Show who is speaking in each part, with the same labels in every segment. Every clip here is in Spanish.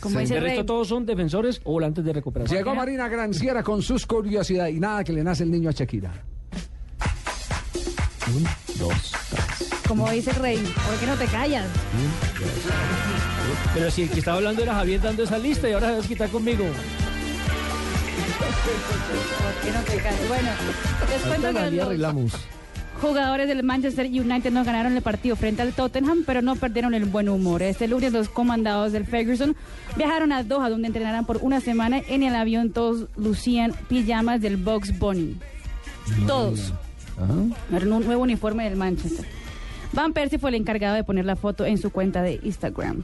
Speaker 1: Como
Speaker 2: De
Speaker 1: ese rey.
Speaker 2: resto, todos son defensores o volantes de recuperación.
Speaker 3: Llegó Marina Granciera con sus curiosidades y nada que le nace el niño a Shakira.
Speaker 1: Como dice el rey. ¿Por qué no te callas?
Speaker 2: Pero si el que estaba hablando era Javier dando esa lista y ahora se va a quitar conmigo.
Speaker 1: ¿Por qué no te callas? Bueno, les cuento que
Speaker 2: María
Speaker 1: los
Speaker 2: arreglamos.
Speaker 1: jugadores del Manchester United no ganaron el partido frente al Tottenham, pero no perdieron el buen humor. Este lunes los comandados del Ferguson viajaron a Doha, donde entrenarán por una semana. En el avión todos lucían pijamas del Box Bunny. Todos.
Speaker 3: Ah,
Speaker 1: Era un nuevo uniforme del Manchester. Van Persie fue el encargado de poner la foto en su cuenta de Instagram.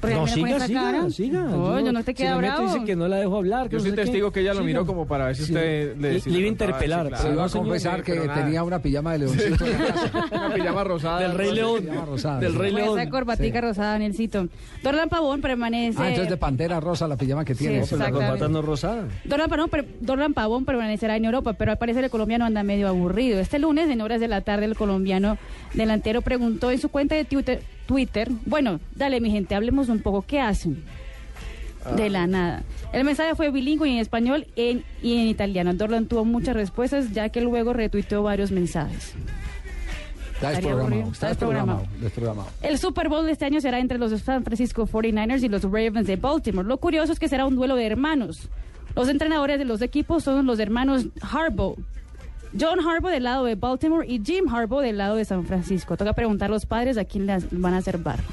Speaker 1: Porque
Speaker 2: No,
Speaker 1: al menos con
Speaker 2: siga,
Speaker 1: esa
Speaker 2: siga,
Speaker 1: cara-
Speaker 2: siga.
Speaker 1: No, yo no te
Speaker 2: Si
Speaker 1: queda
Speaker 2: me meto,
Speaker 1: bravo.
Speaker 2: Dice que no la dejo hablar.
Speaker 4: Yo soy testigo que ella lo miró como para ver si usted le
Speaker 2: Le
Speaker 4: decía.
Speaker 2: iba a interpelar.
Speaker 3: Se iba a
Speaker 2: No, señor,
Speaker 3: confesar
Speaker 4: eh,
Speaker 3: que
Speaker 4: pero nada.
Speaker 3: tenía una pijama de leoncito en la casa. Ah,
Speaker 4: Una pijama rosada.
Speaker 2: Del Rey
Speaker 4: Una
Speaker 2: León.
Speaker 4: pijama rosada.
Speaker 3: rosada.
Speaker 2: Del Rey
Speaker 1: Con
Speaker 2: León.
Speaker 1: esa corbatica rosada en el sitio. Donald Pavón permanece.
Speaker 3: Ah, entonces de pantera rosa la pijama que tiene.
Speaker 1: Sí,
Speaker 2: Pero la
Speaker 1: Exactamente.
Speaker 2: corbata no es rosada.
Speaker 1: Donald Pavón, per- Donald Pavón permanecerá en Europa, pero al parecer el colombiano anda medio aburrido. Este lunes, en horas de la tarde, el colombiano delantero preguntó en su cuenta de Twitter, Twitter bueno, dale mi gente, hablemos un poco, ¿qué hacen?
Speaker 3: Ah.
Speaker 1: De la nada. El mensaje fue bilingüe en español en- y en italiano. Dorlan tuvo muchas respuestas, ya que luego retuiteó varios mensajes.
Speaker 3: Está
Speaker 1: Estaría aburrido.
Speaker 3: desprogramado. Está
Speaker 1: Está desprogramado.
Speaker 3: desprogramado. desprogramado.
Speaker 1: El Super Bowl de este año será entre los San Francisco 49ers y los Ravens de Baltimore. Lo curioso es que será un duelo de hermanos. Los entrenadores de los equipos son los hermanos Harbaugh. John Harbaugh del lado de Baltimore y Jim Harbaugh del lado de San Francisco. Toca preguntar a los padres a quién las van a hacer barba.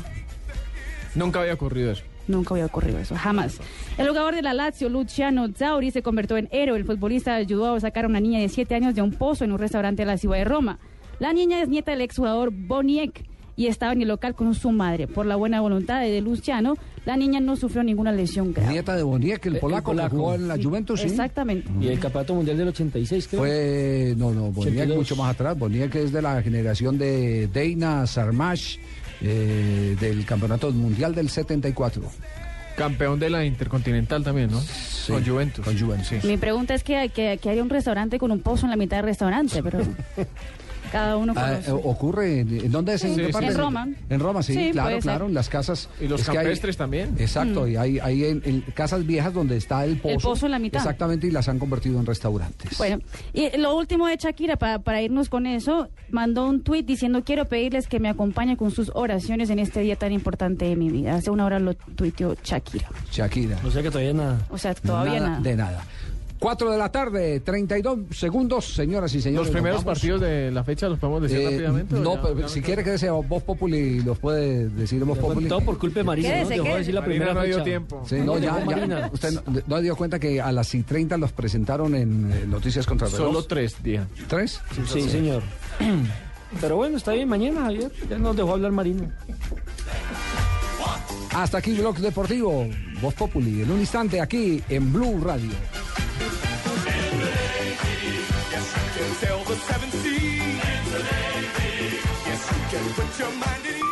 Speaker 4: Nunca había ocurrido eso.
Speaker 1: Nunca había ocurrido eso, jamás. El jugador de la Lazio, Luciano Zauri, se convirtió en héroe. El futbolista ayudó a sacar a una niña de 7 años de un pozo en un restaurante de la ciudad de Roma. La niña es nieta del exjugador Boniek y estaba en el local con su madre. Por la buena voluntad de Luciano, la niña no sufrió ninguna lesión grave.
Speaker 3: Nieta de Boniek, el
Speaker 2: El
Speaker 3: polaco, que
Speaker 2: polaco.
Speaker 3: jugó en la Juventus, sí.
Speaker 1: Exactamente.
Speaker 2: Y el campeonato mundial del 86, creo.
Speaker 3: Fue, no, no, Boniek
Speaker 2: 82.
Speaker 3: mucho más atrás. Boniek es de la generación de Deina Sarmash, eh, del Campeonato Mundial del 74.
Speaker 4: Campeón de la Intercontinental también, ¿no? Con Juventus.
Speaker 3: Con Juventus.
Speaker 4: Sí.
Speaker 1: Mi pregunta es que, que, que hay un restaurante con un pozo en la mitad del restaurante, pero cada uno
Speaker 3: Ah,
Speaker 1: conoce.
Speaker 3: eh, ocurre en, en dónde es en,
Speaker 4: Sí,
Speaker 3: qué
Speaker 4: sí,
Speaker 3: parte
Speaker 4: en
Speaker 3: de-
Speaker 1: Roma.
Speaker 3: en Roma sí,
Speaker 1: Sí,
Speaker 3: claro
Speaker 1: puede ser. Mm.
Speaker 3: claro en las casas
Speaker 4: Y los
Speaker 3: es que hay-
Speaker 4: campestres también.
Speaker 3: exacto y hay, hay en, en casas viejas donde está el pozo
Speaker 1: pozo en la mitad.
Speaker 3: exactamente y las han convertido en restaurantes
Speaker 1: Bueno, y lo último de Shakira, para, para irnos con eso, mandó un tuit diciendo quiero pedirles que me acompañen con sus oraciones en este día tan importante de mi vida. Hace una hora lo tuiteó Shakira.
Speaker 3: Shakira
Speaker 2: O sea que todavía nada.
Speaker 1: O sea, todavía
Speaker 3: nada,
Speaker 1: nada.
Speaker 3: de nada 4 de la tarde 32 segundos señoras y señores
Speaker 4: Los primeros
Speaker 3: nos vamos.
Speaker 4: partidos de la fecha los podemos decir
Speaker 3: Eh,
Speaker 4: rápidamente. ¿o
Speaker 3: no
Speaker 4: ya-
Speaker 3: pero
Speaker 4: ya
Speaker 3: si quiere que sea Voz Populi los puede decir Voz Populi
Speaker 2: Todo por culpa de Marina, ¿no?
Speaker 1: Quédese,
Speaker 2: Dejó de decir la
Speaker 4: Marina
Speaker 2: primera
Speaker 4: no dio
Speaker 2: fecha.
Speaker 4: tiempo.
Speaker 3: Sí, no, ya, ya.
Speaker 2: Marina.
Speaker 3: Usted no, no dio cuenta que a las y 30 los presentaron en eh, Noticias contra el
Speaker 4: Solo
Speaker 3: Reloj?
Speaker 4: tres días.
Speaker 3: ¿Tres?
Speaker 2: Sí, señor. Pero bueno, está bien, mañana, Javier. Ya nos dejó hablar Marina.
Speaker 3: Hasta aquí Blog Deportivo, Voz Populi, en un instante aquí en Blue Radio.
Speaker 5: sail the seven seas. Yes, you can put your mind at ease.